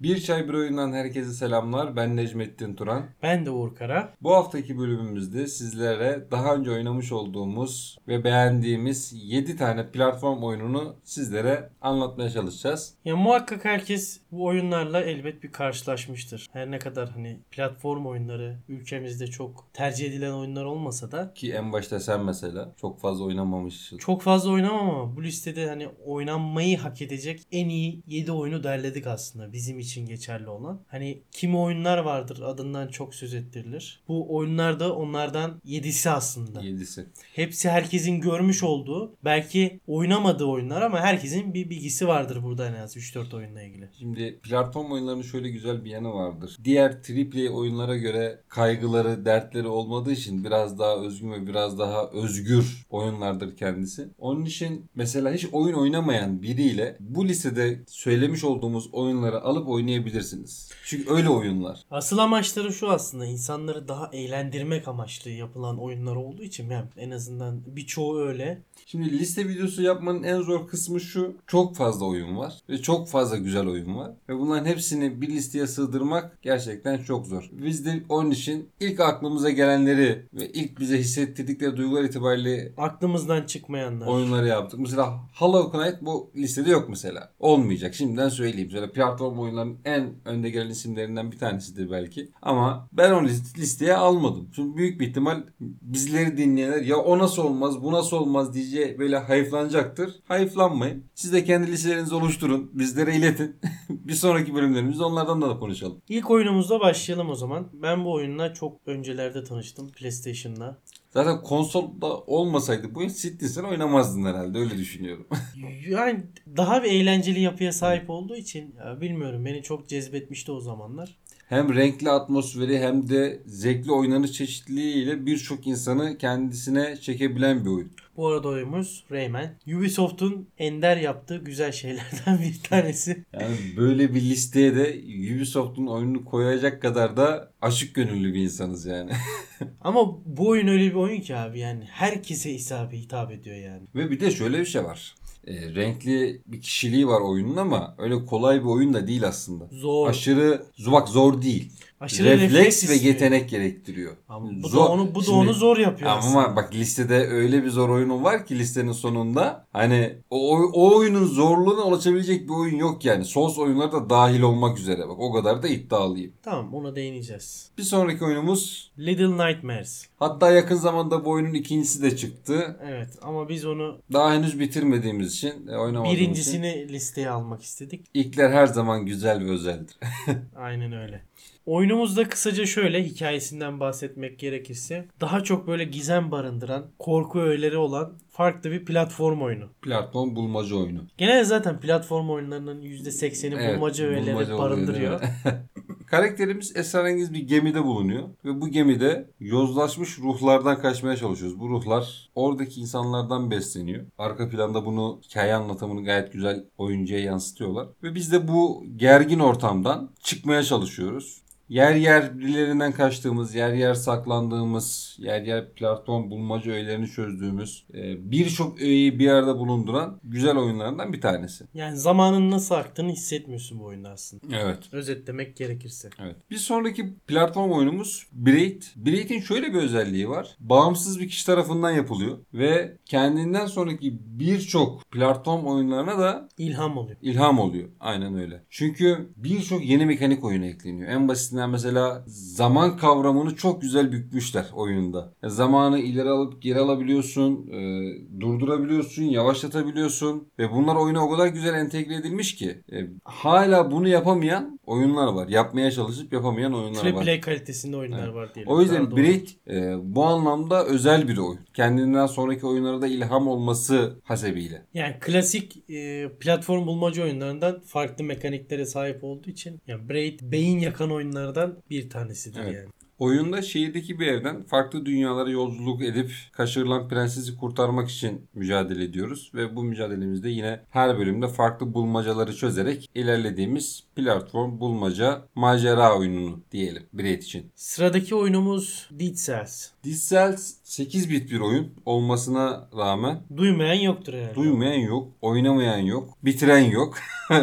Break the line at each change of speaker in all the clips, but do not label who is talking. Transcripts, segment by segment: Bir Çay Bir Oyundan herkese selamlar. Ben Necmettin Turan.
Ben de Uğur Kara.
Bu haftaki bölümümüzde sizlere daha önce oynamış olduğumuz ve beğendiğimiz 7 tane platform oyununu sizlere anlatmaya çalışacağız.
Ya muhakkak herkes bu oyunlarla elbet bir karşılaşmıştır. Her ne kadar hani platform oyunları ülkemizde çok tercih edilen oyunlar olmasa da
Ki en başta sen mesela çok fazla oynamamışsın.
çok fazla oynamam ama bu listede hani oynanmayı hak edecek en iyi 7 oyunu derledik aslında bizim için geçerli olan. Hani kimi oyunlar vardır adından çok söz ettirilir. Bu oyunlar da onlardan 7'si aslında.
7'si.
Hepsi herkesin görmüş olduğu, belki oynamadığı oyunlar ama herkesin bir bilgisi vardır burada en az 3-4 oyunla ilgili.
Şimdi platform oyunlarının şöyle güzel bir yanı vardır. Diğer AAA oyunlara göre kaygıları, dertleri olmadığı için biraz daha özgün ve biraz daha özgür oyunlardır kendisi. Onun için mesela hiç oyun oynamayan biriyle bu lisede söylemiş olduğumuz oyunları alıp oynayabilirsiniz. Çünkü öyle oyunlar.
Asıl amaçları şu aslında insanları daha eğlendirmek amaçlı yapılan oyunlar olduğu için yani en azından birçoğu öyle.
Şimdi liste videosu yapmanın en zor kısmı şu. Çok fazla oyun var ve çok fazla güzel oyun var. Ve bunların hepsini bir listeye sığdırmak gerçekten çok zor. Biz de onun için ilk aklımıza gelenleri ve ilk bize hissettirdikleri duygular itibariyle
Aklımızdan çıkmayanlar.
oyunları yaptık. Mesela Hollow Knight bu listede yok mesela. Olmayacak. Şimdiden söyleyeyim. Şöyle platform oyunlarının en önde gelen isimlerinden bir tanesidir belki. Ama ben onu list- listeye almadım. Çünkü büyük bir ihtimal bizleri dinleyenler ya o nasıl olmaz bu nasıl olmaz diye böyle hayıflanacaktır. Hayıflanmayın. Siz de kendi listelerinizi oluşturun. Bizlere iletin. bir sonraki bölümlerimizde onlardan da konuşalım.
İlk oyunumuzla başlayalım o zaman. Ben bu oyunla çok öncelerde tanıştım PlayStation'la.
Zaten konsolda olmasaydı bu oyun City'sen oynamazdın herhalde. Öyle düşünüyorum.
Yani daha bir eğlenceli yapıya sahip olduğu için ya bilmiyorum beni çok cezbetmişti o zamanlar.
hem renkli atmosferi hem de zevkli oynanış çeşitliliğiyle birçok insanı kendisine çekebilen bir oyun.
Bu arada oyunumuz Rayman. Ubisoft'un ender yaptığı güzel şeylerden bir tanesi.
Yani böyle bir listeye de Ubisoft'un oyununu koyacak kadar da açık gönüllü bir insanız yani.
Ama bu oyun öyle bir oyun ki abi yani herkese hisabe hitap ediyor yani.
Ve bir de şöyle bir şey var. E, renkli bir kişiliği var oyunun ama öyle kolay bir oyun da değil aslında.
Zor.
Aşırı bak zor değil. refleks ve
istiyor.
yetenek gerektiriyor.
Ama bu
Zor.
da onu bu da
Şimdi-
onu zor yapıyor. aslında.
Ama bak listede öyle bir zor oyunun var ki listenin sonunda hani o, oy- o oyunun zorluğuna ulaşabilecek bir oyun yok yani. Souls oyunları da dahil olmak üzere. Bak o kadar da iddialıyım.
Tamam ona değineceğiz.
Bir sonraki oyunumuz
Little Nightmares.
hatta yakın zamanda bu oyunun ikincisi de çıktı.
Evet ama biz onu
Daha henüz bitirmediğimiz için e, oynamadığımız için.
birincisini listeye almak istedik.
İlkler her zaman güzel ve özeldir.
Aynen öyle. Oyunumuzda kısaca şöyle hikayesinden bahsetmek gerekirse daha çok böyle gizem barındıran, korku öğeleri olan farklı bir platform oyunu.
Platform bulmaca oyunu.
Genelde zaten platform oyunlarının %80'i
Evet,
bulmaca
bulmaca
öğeleri
oluyor,
barındırıyor.
değil Karakterimiz esrarengiz bir gemide bulunuyor ve bu gemide yozlaşmış ruhlardan kaçmaya çalışıyoruz. Bu ruhlar oradaki insanlardan besleniyor. Arka planda bunu hikaye anlatımını gayet güzel oyuncuya yansıtıyorlar. Ve biz de bu gergin ortamdan çıkmaya çalışıyoruz. Yer yer birilerinden kaçtığımız, yer yer saklandığımız, yer yer platform bulmaca öğelerini çözdüğümüz e, birçok öğeyi bir arada bulunduran güzel oyunlarından bir tanesi.
Yani zamanın nasıl aktığını hissetmiyorsun bu oyunda aslında.
Evet.
Özetlemek gerekirse.
Evet. Bir sonraki platform oyunumuz Braid. Braid'in şöyle bir özelliği var. Bağımsız bir kişi tarafından yapılıyor ve kendinden sonraki birçok platform oyunlarına da
İlham oluyor.
ilham oluyor. Aynen öyle. Çünkü birçok yeni mekanik oyuna ekleniyor. En basitinden mesela zaman kavramını çok güzel bükmüşler oyunda. Ya Zamanı ileri alıp geri alabiliyorsun, e, durdurabiliyorsun, yavaşlatabiliyorsun ve bunlar oyuna o kadar güzel entegre edilmiş ki e, hala bunu yapamayan oyunlar var. Yapmaya çalışıp yapamayan oyunlar
Triple
var.
play kalitesinde oyunlar
Evet.
var diyelim.
O
Daha
yüzden
doğru.
Braid e, bu anlamda özel bir oyun. Kendinden sonraki oyunlara da ilham olması hasebiyle.
Yani klasik e, platform bulmaca oyunlarından farklı mekaniklere sahip olduğu için yani Braid beyin yakan oyunlardan bir tanesidir
Evet.
yani.
Oyunda şehirdeki bir evden farklı dünyalara yolculuk edip kaçırılan prensesi kurtarmak için mücadele ediyoruz ve bu mücadelemizde yine her bölümde farklı bulmacaları çözerek ilerlediğimiz platform bulmaca macera oyununu diyelim Braid için.
Sıradaki oyunumuz Dead Cells.
Dead Cells 8 bit bir oyun olmasına rağmen
Duymayan yoktur herhalde.
Duymayan yok, oynamayan yok, bitiren yok.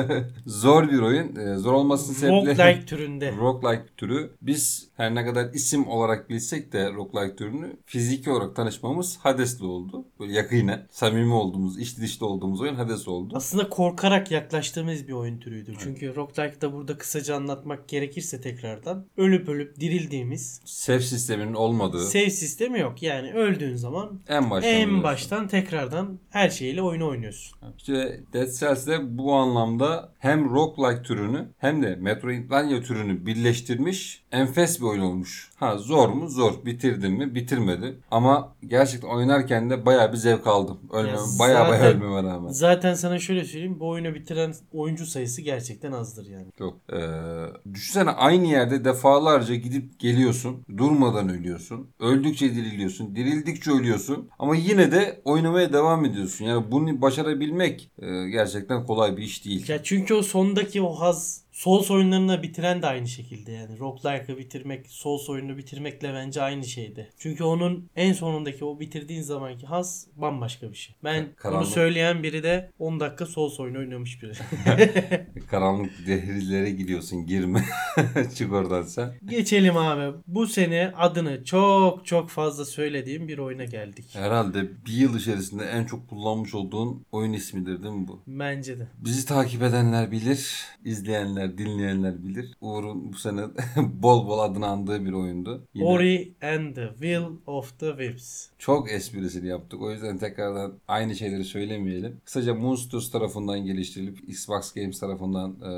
zor bir oyun. Ee, Zor olmasının sebebi
Roguelike türünde.
roguelike türü. Biz her ne kadar isim olarak bilsek de roguelike türünü fiziki olarak tanışmamız Hades'le oldu. Böyle yakine samimi olduğumuz, içli dışlı olduğumuz oyun Hades oldu.
Aslında korkarak yaklaştığımız bir oyun türüydü. Çünkü Roguelike'da burada kısaca anlatmak gerekirse tekrardan ölüp ölüp dirildiğimiz
Save sisteminin olmadığı
save sistemi yok. Yani öldüğün zaman
en başta.
en baştan tekrardan her şeyle oyunu oynuyorsun.
İşte Dead Cells de bu anlamda hem roguelike türünü hem de Metroidvania türünü birleştirmiş enfes bir oyun olmuş. Ha zor mu? Zor. Bitirdim mi? Bitirmedi. Ama gerçekten oynarken de bayağı bir zevk aldım. Ölmem,
Ya
bayağı bayağı
zaten-
ölmeme rağmen.
Zaten sana şöyle söyleyeyim. Bu oyunu bitiren oyuncu sayısı gerçekten azdır yani.
Yok. Ee, düşünsene aynı yerde defalarca gidip geliyorsun. Durmadan ölüyorsun. Öldükçe diriliyorsun. Dirildikçe ölüyorsun. Ama yine de oynamaya devam ediyorsun. Yani bunu başarabilmek e, gerçekten kolay bir iş değil.
Ya çünkü o sondaki o haz Souls oyunlarına bitiren de aynı şekilde yani. Roguelike'ı bitirmek, Souls oyununu bitirmekle bence aynı şeydi. Çünkü onun en sonundaki o bitirdiğin zamanki haz bambaşka bir şey. Ben
Karanlık.
bunu söyleyen biri de 10 dakika Souls oyunu oynamış biri.
Karanlık dehrilere gidiyorsun girme. Çık oradan sen.
Geçelim abi. Bu sene adını çok çok fazla söylediğim bir oyuna geldik.
Herhalde bir yıl içerisinde en çok kullanmış olduğun oyun ismidir değil mi bu?
Bence de.
Bizi takip edenler bilir, izleyenler, dinleyenler bilir. Uğur'un bu sene bol bol adını andığı bir oyundu. Yine
Ori and the Will of the Wisps.
çok esprisini yaptık. O yüzden tekrardan aynı şeyleri söylemeyelim. Kısaca Monsters tarafından geliştirilip Xbox Games tarafından e,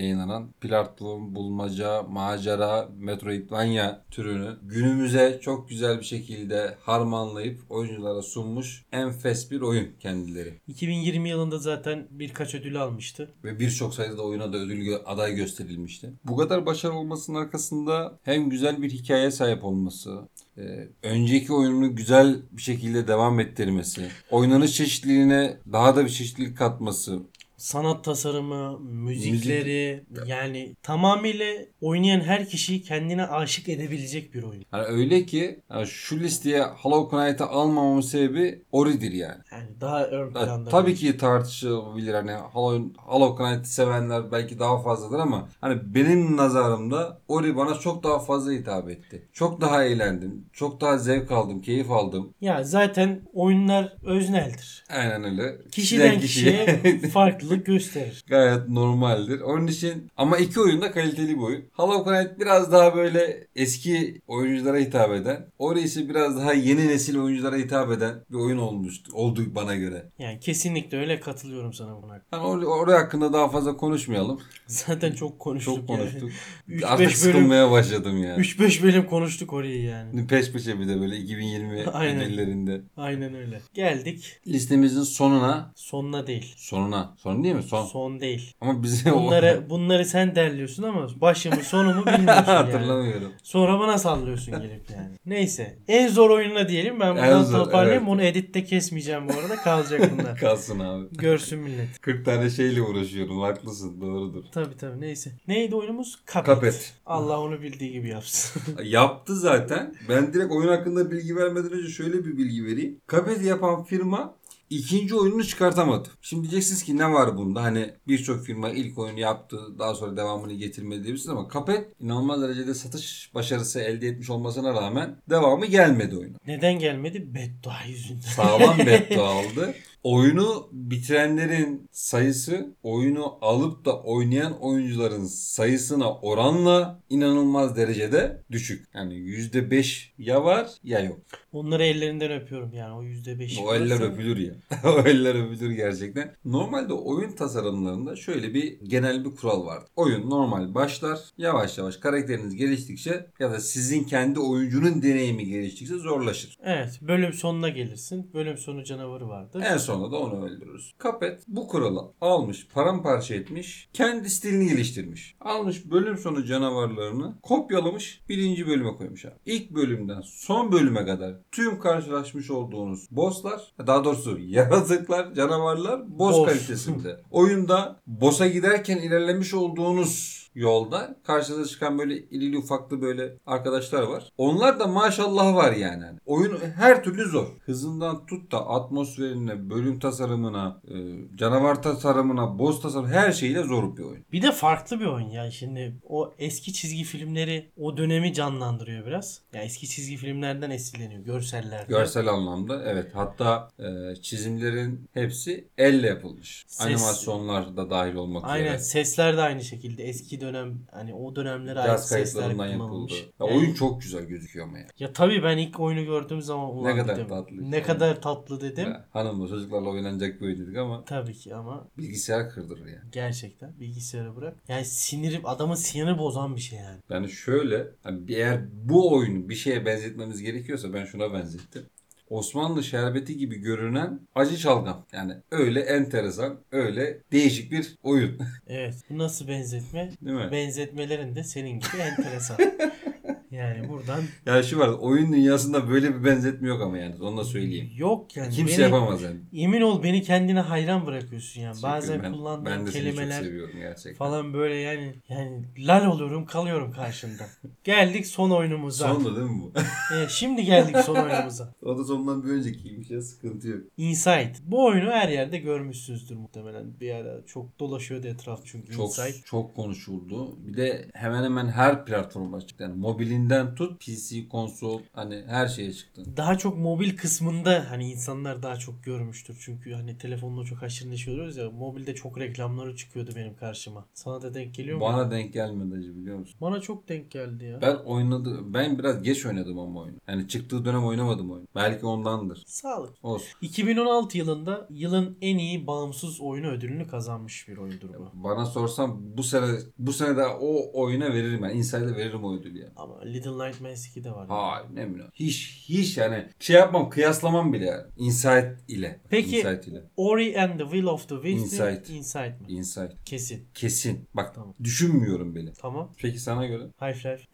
yayınlanan platform, bulmaca, macera, Metroidvania türünü günümüze çok güzel bir şekilde harmanlayıp oyunculara sunmuş enfes bir oyun kendileri.
2020 yılında zaten birkaç ödül almıştı.
Ve birçok sayıda oyuna da ödül gö- aday gösterilmişti. Bu kadar başarılı olmasının arkasında hem güzel bir hikayeye sahip olması, e, önceki oyununu güzel bir şekilde devam ettirmesi, oynanış çeşitliliğine daha da bir çeşitlilik katması.
Sanat tasarımı, müzikleri yani tamamıyla oynayan her kişiyi kendine aşık edebilecek bir oyun.
Yani öyle ki yani şu listeye Hollow Knight'ı almamamın sebebi Ori'dir yani.
Yani daha ön
Ya,
planda.
tabii ki tartışılabilir hani Hollow, Hollow Knight'ı sevenler belki daha fazladır ama hani benim nazarımda Ori bana çok daha fazla hitap etti. Çok daha eğlendim. Çok daha zevk aldım, keyif aldım.
Ya zaten oyunlar özneldir.
Aynen öyle.
Kişiden
Kişiden
kişiye farklılık gösterir.
Gayet normaldir. Onun için ama iki oyun da kaliteli bir oyun. Hollow Knight biraz daha böyle eski oyunculara hitap eden. Ori ise biraz daha yeni nesil oyunculara hitap eden bir oyun olmuştu. Oldu bana göre.
Yani kesinlikle öyle katılıyorum sana buna.
Yani Ori, Ori hakkında daha fazla konuşmayalım.
Zaten çok konuştuk.
Çok
yani.
konuştuk.
Üç,
Artık
beş bölüm-
sıkılmaya başladım yani.
3-5 bölüm konuştuk orayı yani.
Peş peşe bir de böyle 2020
Aynen.
ödüllerinde.
Aynen öyle. Geldik
Listemizin sonuna.
sonuna değil.
Sonuna. Son değil mi? Son.
Son değil.
Ama bize o-
Bunları bunları sen derliyorsun ama başımı sonumu bilmiyorsun yani.
hatırlamıyorum.
Sonra bana sallıyorsun gelip yani. Neyse. En zor oyununa diyelim. Ben
En
buradan
zor,
toparlayayım.
evet.
Onu editte kesmeyeceğim bu arada. Kalacak bunlar.
Kalsın abi.
Görsün millet.
40 tane şeyle uğraşıyorum. Haklısın. Doğrudur.
Tabii tabii neyse. Neydi oyunumuz? Kapet.
Kapet.
Allah onu bildiği gibi yapsın.
Yaptı zaten. Ben direkt oyun hakkında bilgi vermeden önce şöyle bir bilgi vereyim. Kapeti yapan firma ikinci oyununu çıkartamadı. Şimdi diyeceksiniz ki ne var bunda? Hani birçok firma ilk oyunu yaptı daha sonra devamını getirmedi diyebilirsiniz ama Kapet inanılmaz derecede satış başarısı elde etmiş olmasına rağmen devamı gelmedi oyuna.
Neden gelmedi? Beddua yüzünden.
Sağlam beddua aldı. Oyunu bitirenlerin sayısı oyunu alıp da oynayan oyuncuların sayısına oranla inanılmaz derecede düşük. Yani %5 ya var ya yok.
Onları ellerinden öpüyorum yani. O %5'i.
O eller
varsa-
öpülür ya. o eller öpülür gerçekten. Normalde oyun tasarımlarında şöyle bir genel bir kural vardır. Oyun normal başlar. Yavaş yavaş karakteriniz geliştikçe ya da sizin kendi oyuncunun deneyimi geliştikçe zorlaşır.
Evet. Bölüm sonuna gelirsin. Bölüm sonu canavarı vardır.
En son sonra da onu öldürürüz. Kapet bu kuralı almış, paramparça etmiş, kendi stilini geliştirmiş. Almış bölüm sonu canavarlarını kopyalamış, birinci bölüme koymuş abi. İlk bölümden son bölüme kadar tüm karşılaşmış olduğunuz bosslar, daha doğrusu yaratıklar, canavarlar boss,
Boss.
kalitesinde. Oyunda boss'a giderken ilerlemiş olduğunuz yolda karşınıza çıkan böyle irili ufaklı böyle arkadaşlar var. Onlar da maşallah var yani. Hani Oyun her türlü zor. Hızından tut da atmosferine, bölüm tasarımına, e, canavar tasarımına, boss tasarımına her şeyle zor bir oyun.
Bir de farklı bir oyun ya şimdi o eski çizgi filmleri o dönemi canlandırıyor biraz. Ya eski çizgi filmlerden esinleniyor görseller.
Görsel anlamda evet. Hatta e, çizimlerin hepsi elle yapılmış.
Ses-
Animasyonlar da dahil olmak üzere.
Aynen sesler de aynı şekilde eski dönem hani o dönemlere ait
Caz
sesler
kayıtlarından
kullanılmış.
yapıldı. Ya,
Yani-
oyun çok güzel gözüküyor ama yani.
Ya tabii ben ilk oyunu gördüğüm zaman ulan
Ne kadar
dedim,
tatlı.
Ne kadar tatlı dedim.
Ya, hanımla çocuklarla oynanacak bir oyun dedik ama
Tabii ki ama
bilgisayar kırdırır yani.
gerçekten bilgisayarı bırak. Yani siniri adamın siniri bozan bir şey yani.
Yani şöyle hani bir- eğer bu oyunu bir şeye benzetmemiz gerekiyorsa ben şuna benzettim. Osmanlı şerbeti gibi görünen acı çalgam. Yani öyle enteresan, öyle değişik bir oyun.
Evet. Bu nasıl benzetme?
Değil mi?
Benzetmelerin de senin gibi enteresan. yani buradan
Yani şu var oyun dünyasında böyle bir benzetme yok ama yani onu da söyleyeyim.
yok yani.
Kimse
Beni-
yapamaz yani.
Yemin ol beni kendine hayran bırakıyorsun yani.
Teşekkür
Bazen
ederim.
kullandığın
ben de seni çok
kelimeler
seviyorum gerçekten.
falan böyle yani yani lal oluyorum kalıyorum karşında. geldik son oyunumuza.
Sonda değil mi bu?
E, şimdi geldik son oyunumuza.
o da sondan bir öncekiymiş ya sıkıntı yok.
Insight. Bu oyunu her yerde görmüşsünüzdür muhtemelen. Bir ara çok dolaşıyordu etraf çünkü
Çok
Insight.
çok konuşuldu. Bir de hemen hemen her platforma çıktı. Yani mobilinden tut PC, konsol hani her şeye çıktı.
Daha çok mobil kısmında hani insanlar daha çok görmüştür. Çünkü hani telefonla çok haşır neşir oluyoruz ya. Mobilde çok reklamları çıkıyordu benim karşıma. Sana da denk geliyor mu? Bana,
Bana denk gelmedi acı biliyor musun?
çok denk geldi ya.
Ben oynadı ben biraz geç oynadım ama oyunu. Yani çıktığı dönem oynamadım oyunu. Belki ondandır.
Sağlık.
Olsun.
2016 yılında yılın en iyi bağımsız oyunu ödülünü kazanmış bir oyundur bu.
Bana sorsam bu sene bu sene de o oyuna veririm yani. Inside'e veririm o ödülü yani.
Ama Little Nightmares 2 de var.
Hayır ne bileyim. Hiç hiç yani şey yapmam kıyaslamam bile yani. Inside ile.
Peki-
Inside ile.
Ori and the Will of the Wisps
Insight.
Insight mı?
Inside.
Kesin.
Kesin. Bak
Tamam.
düşünmüyorum bile.
Tamam.
Peki sana göre?
Half-Life.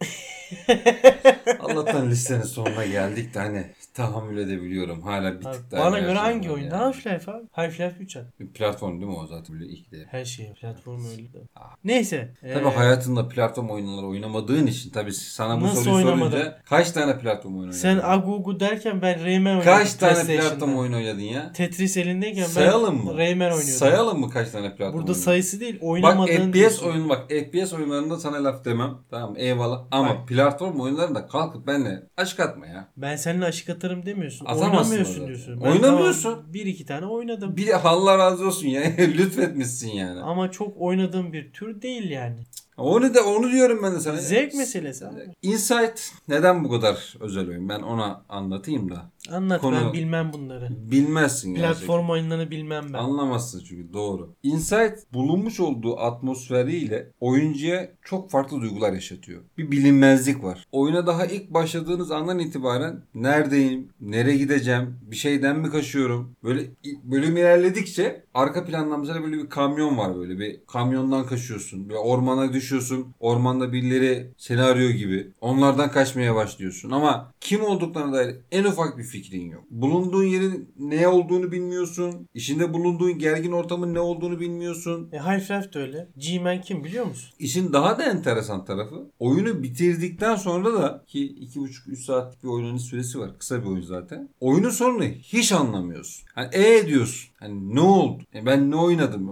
Allah'tan listenin sonuna geldik de hani tahammül edebiliyorum. Hala bir tık
Abi,
daha.
Bana
enerjim
göre hangi
var
oyun?
yani.
Half-Life abi. Half-Life 3 at.
Platform değil mi o zaten? Böyle ilk de.
Her şey platform öyle de.
Ah.
Neyse.
Tabii
ee,
hayatında platform oyunları oynamadığın için tabii sana bu
Nasıl
soruyu
oynamadın?
sorunca kaç tane platform oyunu oynadın?
sen Agugu derken ben Rayman oynadım.
kaç tane
PlayStation'da.
platform oyunu oynadın ya?
Tetris elindeyken
Sayalım
ben
mı?
Rayman oynuyordum.
Sayalım mı kaç tane platform
Burada
oyunu?
sayısı değil.
Bak
Oynamadığın
FPS
diyorsun.
oyunu bak FPS oyunlarında sana laf demem. Tamam eyvallah ama
Bak.
platform oyunlarında kalkıp benle aşk atma ya.
Ben seninle aşık atarım demiyorsun.
Atamazsın
Oynamıyorsun
orada.
diyorsun.
Oynamıyorsun.
tamam, bir iki tane oynadım.
Bir de Allah razı olsun ya lütfetmişsin yani.
Ama çok oynadığım bir tür değil yani.
Onu da onu diyorum ben de sana.
Zevk meselesi abi.
Insight neden bu kadar özel oyun? Ben ona anlatayım da.
Anlat
Konu-
ben bilmem bunları.
Bilmezsin gerçekten.
Platform oyunlarını bilmem ben.
Anlamazsın çünkü doğru. Insight bulunmuş olduğu atmosferiyle oyuncuya çok farklı duygular yaşatıyor. Bir bilinmezlik var. Oyuna daha ilk başladığınız andan itibaren neredeyim, nereye gideceğim, bir şeyden mi kaçıyorum? Böyle i- bölüm ilerledikçe arka planda mesela böyle bir kamyon var böyle bir kamyondan kaçıyorsun. Bir ormana düşüyorsun. Ormanda birileri seni arıyor gibi. Onlardan kaçmaya başlıyorsun ama kim olduklarına dair en ufak bir fikrin yok. Bulunduğun yerin ne olduğunu bilmiyorsun. İçinde bulunduğun gergin ortamın ne olduğunu bilmiyorsun.
E, Half-Life de öyle. G-Man kim biliyor musun?
İşin daha da enteresan tarafı oyunu bitirdikten sonra da ki 2,5-3 saatlik bir oyunun süresi var. Kısa bir oyun zaten. Oyunun sonunu hiç anlamıyorsun. Hani e diyorsun. Hani ne oldu? E ben ne oynadım?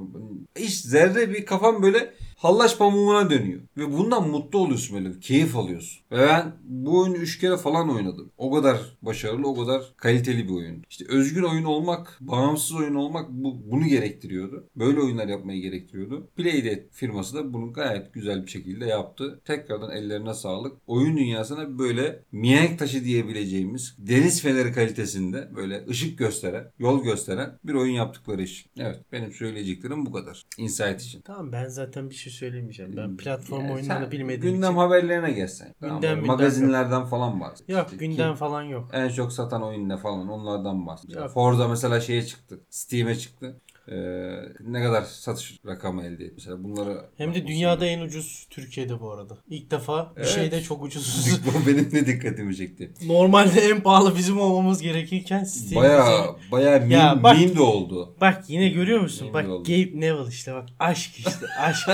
Hiç zerre bir kafam böyle hallaç pamuğuna dönüyor. Ve bundan mutlu oluyorsun böyle. bir Keyif alıyorsun. Ve ben bu oyunu 3 kere falan oynadım. O kadar başarılı, o kadar kaliteli bir oyun. İşte özgür oyun olmak, bağımsız oyun olmak bu, bunu gerektiriyordu. Böyle oyunlar yapmayı gerektiriyordu. Playdate firması da bunu gayet güzel bir şekilde yaptı. Tekrardan ellerine sağlık. Oyun dünyasına böyle mihenk taşı diyebileceğimiz deniz feneri kalitesinde böyle ışık gösteren, yol gösteren bir oyun yaptıkları için. Evet benim söyleyeceklerim bu kadar. Insight için.
Tamam ben zaten bir şey şey söylemeyeceğim. Ben
Yani
platform
Hmm. sen
oyunlarını bilmediğim
Gündem
için.
haberlerine geçsen. Tamam,
Gündem, gündem
Magazinlerden falan bahset.
Yok
İşte
gündem
kim-
falan yok.
en çok satan oyun ne falan onlardan bahset.
Yok.
Forza mesela şeye çıktı. Steam'e çıktı. Ee, ne kadar satış rakamı elde etti. Mesela bunları
Hem de dünyada en ucuz Türkiye'de bu arada. İlk defa bir
Evet.
şeyde çok ucuz.
Bu benim de dikkatimi çekti.
Normalde en pahalı bizim olmamız gerekirken Steam bize-
Baya baya meme,
Ya bak-
meme de oldu.
Bak yine görüyor musun?
Yemin
Bak
oldu.
Gabe Neville işte bak aşk işte aşk.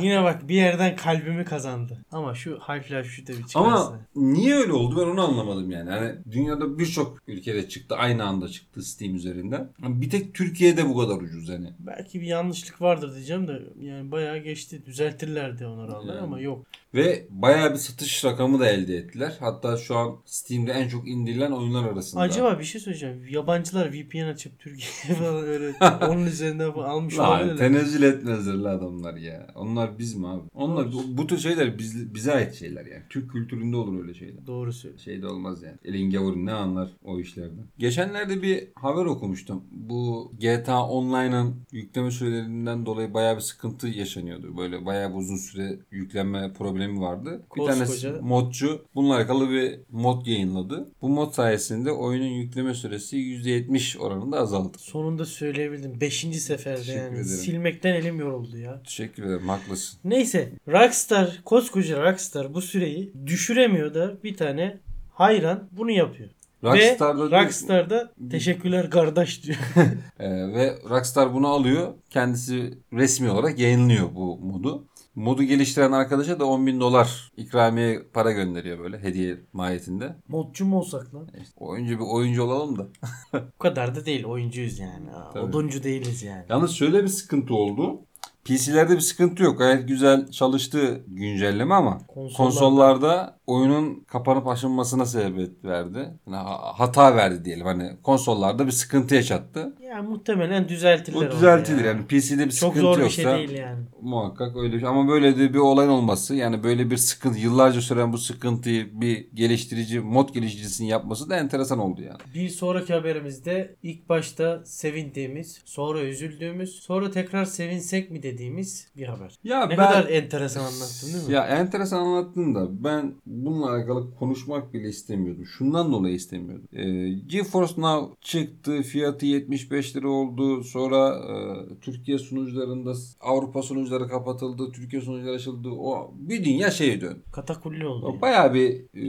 yine bak bir yerden kalbimi kazandı. Ama şu Half-Life şu da bir çıkarsa.
Ama niye öyle oldu ben onu anlamadım yani. Hani dünyada birçok ülkede çıktı. Aynı anda çıktı Steam üzerinden. Ama Bir tek Türkiye'de bu kadar ucuz hani.
Belki bir yanlışlık vardır diyeceğim de yani bayağı geçti. Düzeltirler diye ona rağmen
Yani.
ama yok.
Ve bayağı bir satış rakamı da elde ettiler. Hatta şu an Steam'de en çok indirilen oyunlar arasında.
Acaba bir şey söyleyeceğim. Yabancılar VPN açıp Türkiye'ye falan öyle onun üzerinden falan almış
Lan
olabilirler.
tenezzül etmezler la adamlar ya. Onlar biz mi abi? Onlar bu, bu tür şeyler biz, bize ait şeyler yani. Türk kültüründe olur öyle şeyler.
Doğru söylüyorsun.
Şey de olmaz yani. Elin gavurun ne anlar o işlerden. Geçenlerde bir haber okumuştum. Bu GTA Online'ın yükleme sürelerinden dolayı bayağı bir sıkıntı yaşanıyordu. Böyle bayağı bir uzun süre yüklenme problemi vardı. Bir tanesi
Koskoca.
modcu bununla alakalı bir mod yayınladı. Bu mod sayesinde oyunun yükleme süresi %70 oranında azaldı.
Sonunda söyleyebildim. Beşinci seferde
Teşekkür
yani.
ederim.
Silmekten elim yoruldu ya.
Teşekkür ederim haklısın.
Neyse Rockstar koskoca Rockstar bu süreyi düşüremiyor da bir tane hayran bunu yapıyor.
Rockstar'da
Ve Rockstar da teşekkürler kardeş diyor.
Ee, ve Rockstar bunu alıyor. Kendisi resmi olarak yayınlıyor bu modu. Modu geliştiren arkadaşa da 10 bin dolar ikramiye para gönderiyor böyle hediye mahiyetinde.
Modcu mu olsak lan?
İşte oyuncu bir oyuncu olalım da.
Bu kadar da değil oyuncuyuz yani. Aa,
Tabii.
Oduncu değiliz yani.
Yalnız şöyle bir sıkıntı oldu. PC'lerde bir sıkıntı yok. Gayet güzel çalıştı güncelleme ama
Konsollarda-
konsollarda oyunun kapanıp açılmasına sebebiyet verdi. Yani ha- hata verdi diyelim. Hani konsollarda bir sıkıntı yaşattı.
Ya muhtemelen düzeltirler.
Bu
orada
düzeltilir
ya.
yani. PC'de bir
Çok
sıkıntı
zor bir
yoksa
şey değil yani.
Muhakkak öyle bir şey. Ama böyle de bir olay olması yani böyle bir sıkıntı yıllarca süren bu sıkıntıyı bir geliştirici mod geliştiricisinin yapması da enteresan oldu yani.
Bir sonraki haberimizde ilk başta sevindiğimiz, sonra üzüldüğümüz, sonra tekrar sevinsek mi dediğimiz bir haber.
Ya
Ne kadar enteresan anlattın değil mi?
Ya enteresan anlattın da ben bununla alakalı konuşmak bile istemiyordum. Şundan dolayı istemiyordum. Ee, GeForce Now çıktı. Fiyatı 75 lira oldu. Sonra e, Türkiye sunucularında Avrupa sunucuları kapatıldı. Türkiye sunucuları açıldı. O bir dünya şeye döndü.
Katakulli oldu. yani.
Bayağı bir e,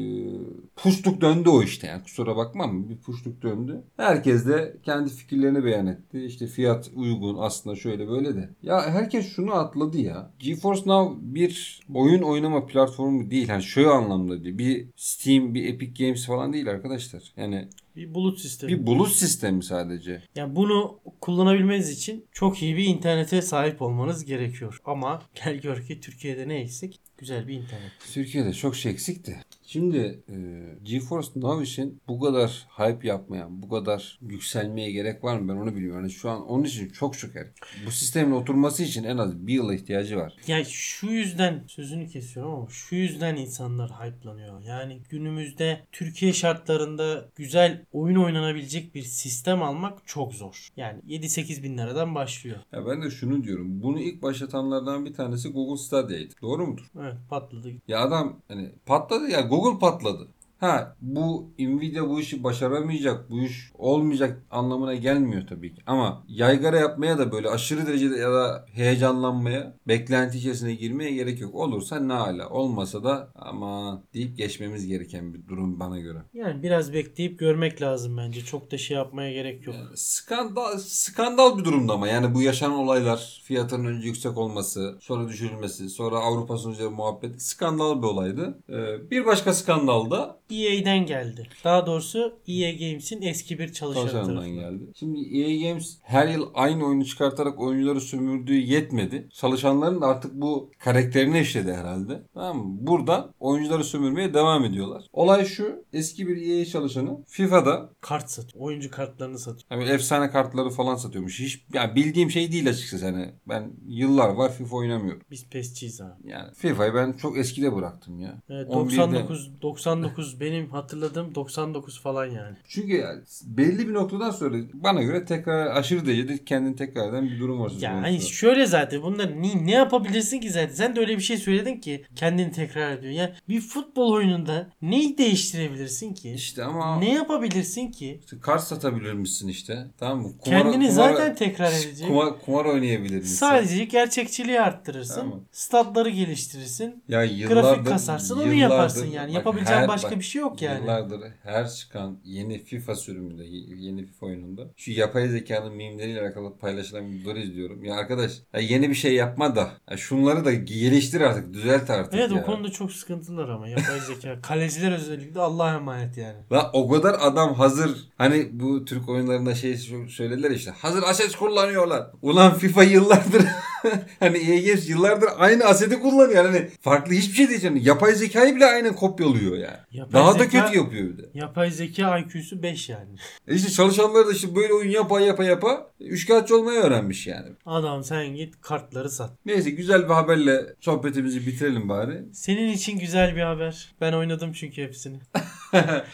puşluk döndü o işte yani kusura bakma ama bir puşluk döndü. Herkes de kendi fikirlerini beyan etti. İşte fiyat uygun aslında şöyle böyle de. Ya herkes şunu atladı ya. GeForce Now bir oyun oynama platformu değil. Yani şöyle anlamda değil. Bir Steam, bir Epic Games falan değil arkadaşlar. Yani
Bir bulut sistemi.
bir bulut sistemi sadece.
Yani bunu kullanabilmeniz için çok iyi bir internete sahip olmanız gerekiyor. Ama gel gör ki Türkiye'de ne eksik? Güzel bir internet.
Türkiye'de çok şey eksikti. Şimdi e, GeForce Now için bu kadar hype yapmaya, bu kadar yükselmeye gerek var mı ben onu bilmiyorum. Yani şu an onun için çok çok erken. Bu sistemin oturması için en az bir yıla ihtiyacı var.
Yani şu yüzden sözünü kesiyorum ama şu yüzden insanlar hype'lanıyor. Yani günümüzde Türkiye şartlarında güzel oyun oynanabilecek bir sistem almak çok zor. Yani 7-8 bin liradan başlıyor.
Ya ben de şunu diyorum. Bunu ilk başlatanlardan bir tanesi Google Stadia'ydı. Doğru mudur?
Evet patladı.
Ya adam hani patladı ya Google patladı. Ha bu Nvidia bu işi başaramayacak, bu iş olmayacak anlamına gelmiyor tabii ki. Ama yaygara yapmaya da böyle aşırı derecede ya da heyecanlanmaya, beklenti içerisine girmeye gerek yok. Olursa ne hala, olmasa da ama deyip geçmemiz gereken bir durum bana göre.
Yani biraz bekleyip görmek lazım bence. Çok da şey yapmaya gerek yok.
Skandal, skandal bir durumda ama yani bu yaşanan olaylar fiyatının önce yüksek olması sonra düşürülmesi sonra Avrupa sunucuları muhabbeti skandal bir olaydı. Ee, bir başka skandal da
EA'den E geldi. Daha doğrusu EA Games'in eski bir çalışanı
Tavşan'dan
tarafından.
geldi. Şimdi EA Games her yıl aynı oyunu çıkartarak oyuncuları sömürdüğü yetmedi. Çalışanların da artık bu karakterini işledi herhalde. Tamam mı? Burada oyuncuları sömürmeye devam ediyorlar. Olay şu. Eski bir EA çalışanı FIFA'da
Kart satıyor. Oyuncu kartlarını satıyor.
hani efsane kartları falan satıyormuş. Hiç yani bildiğim şey değil açıkçası. Hani ben yıllar var FIFA oynamıyorum.
Biz pesçiyiz abi. Ee,
Yani FIFA'yı ben çok eskide bıraktım ya.
Evet,
11'de
99 99 99. Benim hatırladığım 99 falan yani.
Çünkü yani belli bir noktadan sonra bana göre tekrar aşırı derecede kendini tekrar eden bir şey. durum var. söz
Ya
konusu.
hani şöyle zaten bunlar ne, ne yapabilirsin ki zaten? Sen de öyle bir şey söyledin ki kendini tekrar ediyor. Ya bir futbol oyununda neyi değiştirebilirsin ki?
İşte ama
Ne yapabilirsin ki?
İşte kart satabilir misin işte. Tamam mı?
Kendini zaten tekrar edecek.
Kumar, kumar oynayabilir misin?
Sadece gerçekçiliği arttırırsın.
Tamam.
Statları geliştirirsin.
ya
grafik kasarsın onu
yıllardır-
yaparsın yani.
bak
Yapabileceğin
her-
başka
bak,
bir şey yok yani.
Yıllardır her çıkan yeni FIFA sürümünde, y- yeni FIFA oyununda şu yapay zekanın mimleriyle alakalı paylaşılan videoları izliyorum. Ya arkadaş ya yeni bir şey yapma da ya şunları da geliştir artık, düzelt artık
Evet
ya.
o konuda çok sıkıntılar ama yapay zeka. Kaleciler özellikle Allah'a emanet yani.
La o kadar adam hazır. Hani bu Türk oyunlarında şey sö- söylediler işte. Hazır aset kullanıyorlar. Ulan FIFA yıllardır hani EA Games yıllardır aynı aseti kullanıyor. Hani farklı hiçbir şey diyeceğim. Yapay zekayı bile aynen kopyalıyor yani.
Yapay
Daha da
zeka-
kötü yapıyor bir de.
Yapay zeka IQ'su 5 yani.
E işte çalışanlar da işte böyle oyun yapa yapa yapa üçkağıtçı olmayı öğrenmiş yani.
Adam sen git kartları sat.
Neyse güzel bir haberle sohbetimizi bitirelim bari.
Senin için güzel bir haber. Ben oynadım çünkü hepsini.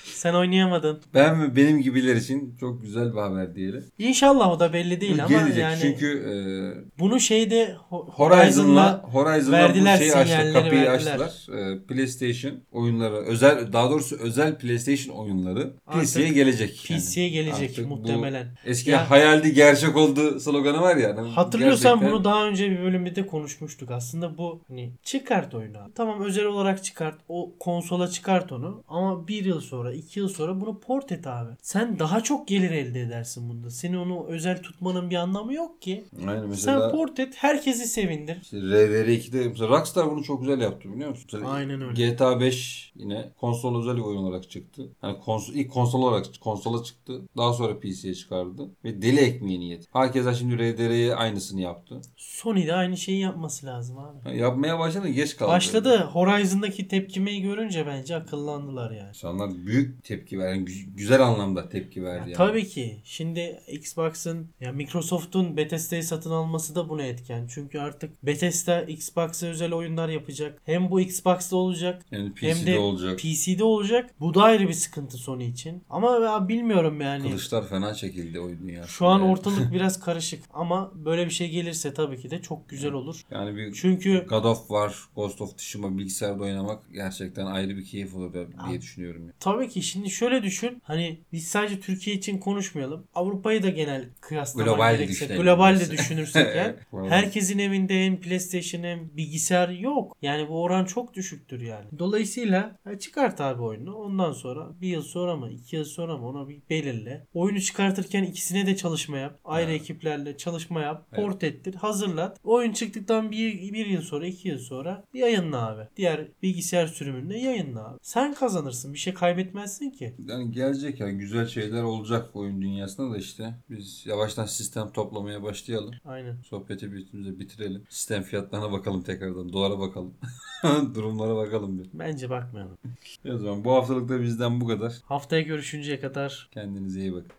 Sen oynayamadın.
Ben ve benim gibiler için çok güzel bir haber diyelim.
İnşallah o da belli değil ama
Gelecek
yani
çünkü e,
bunu şeyde Ho-
Horizon'la Horizon'la
verdiler
bu şeyi açtı,
sinyalleri
kapıyı
verdiler.
açtılar. Ee, PlayStation oyunları özel daha doğrusu özel PlayStation oyunları
Artık
PC'ye gelecek. yani.
PC'ye gelecek
Artık bu
muhtemelen.
Eski
Ya-
hayaldi gerçek oldu sloganı var ya. hani
Hatırlıyorsan
gerçekten-
bunu daha önce bir bölümde konuşmuştuk. Aslında bu hani çıkart oyunu. abi. Tamam özel olarak çıkart. O konsola çıkart onu. Ama bir yıl sonra, iki yıl sonra bunu port et abi. Sen daha çok gelir elde edersin bunda. Seni onu özel tutmanın bir anlamı yok ki.
Aynen mesela
Sen port et. Herkesi sevindir.
işte RDR2'de mesela Rockstar bunu çok güzel yaptı biliyor musun? Mesela
Aynen öyle.
GTA 5 yine konsol özel bir oyun olarak çıktı. Hani konsol, ilk konsol olarak konsola çıktı. Daha sonra PC'ye çıkardı. Ve deli ekmeğini yedi. Herkes şimdi RDR'ye aynısını yaptı.
Sony de aynı şeyi yapması lazım abi.
Ha, Yapmaya başladı geç kaldı.
Başladı. Horizon'daki tepkimeyi görünce bence akıllandılar yani.
İnsanlar büyük tepki verdi. Yani gü- güzel anlamda tepki verdi.
Ya
yani.
Tabii ki. Şimdi Xbox'ın ya Microsoft'un Bethesda'yı satın alması da buna etken. Çünkü artık Bethesda Xbox'a özel oyunlar yapacak. Hem bu Xbox'ta olacak,
Yani
Hem
PC'de
de
olacak.
PC'de olacak. Bu da ayrı bir sıkıntı Sony için. Ama ya bilmiyorum yani.
Kılıçlar fena çekildi oyun dünyasında.
Şu an
yani.
ortalık biraz karışık ama böyle bir şey gelirse tabii ki de çok güzel olur.
Yani bir
Çünkü
God of War, Ghost of Tsushima bilgisayarda oynamak gerçekten ayrı bir keyif olur ben- diye düşünüyorum. ya.
tabii ki şimdi şöyle düşün. Hani biz sadece Türkiye için konuşmayalım. Avrupa'yı da genel kıyaslamak
Global de
gerekirse,
düşünelim.
global de düşünürsek yani.
Vallahi.
Herkesin evinde hem PlayStation hem bilgisayar yok. Yani bu oran çok düşüktür yani. Dolayısıyla e, çıkart abi oyunu. Ondan sonra bir yıl sonra mı iki yıl sonra mı ona bir belirle. Oyunu çıkartırken ikisine de çalışma yap. Ayrı
Evet.
ekiplerle çalışma yap.
Evet.
Port ettir. Hazırlat. Oyun çıktıktan bir, bir yıl sonra iki yıl sonra yayınla abi. Diğer bilgisayar sürümünde yayınla abi. Sen kazanırsın. Bir şey kaybetmezsin ki.
Yani gelecek ya güzel şeyler olacak oyun dünyasında da işte biz yavaştan sistem toplamaya başlayalım.
Aynen.
Sohbeti bitirimize bitirelim. Sistem fiyatlarına bakalım tekrardan. Dolara bakalım. Durumlara bakalım bir.
Bence bakmayalım.
O zaman bu haftalık da bizden bu kadar.
Haftaya görüşünceye kadar
Kendinize iyi bakın.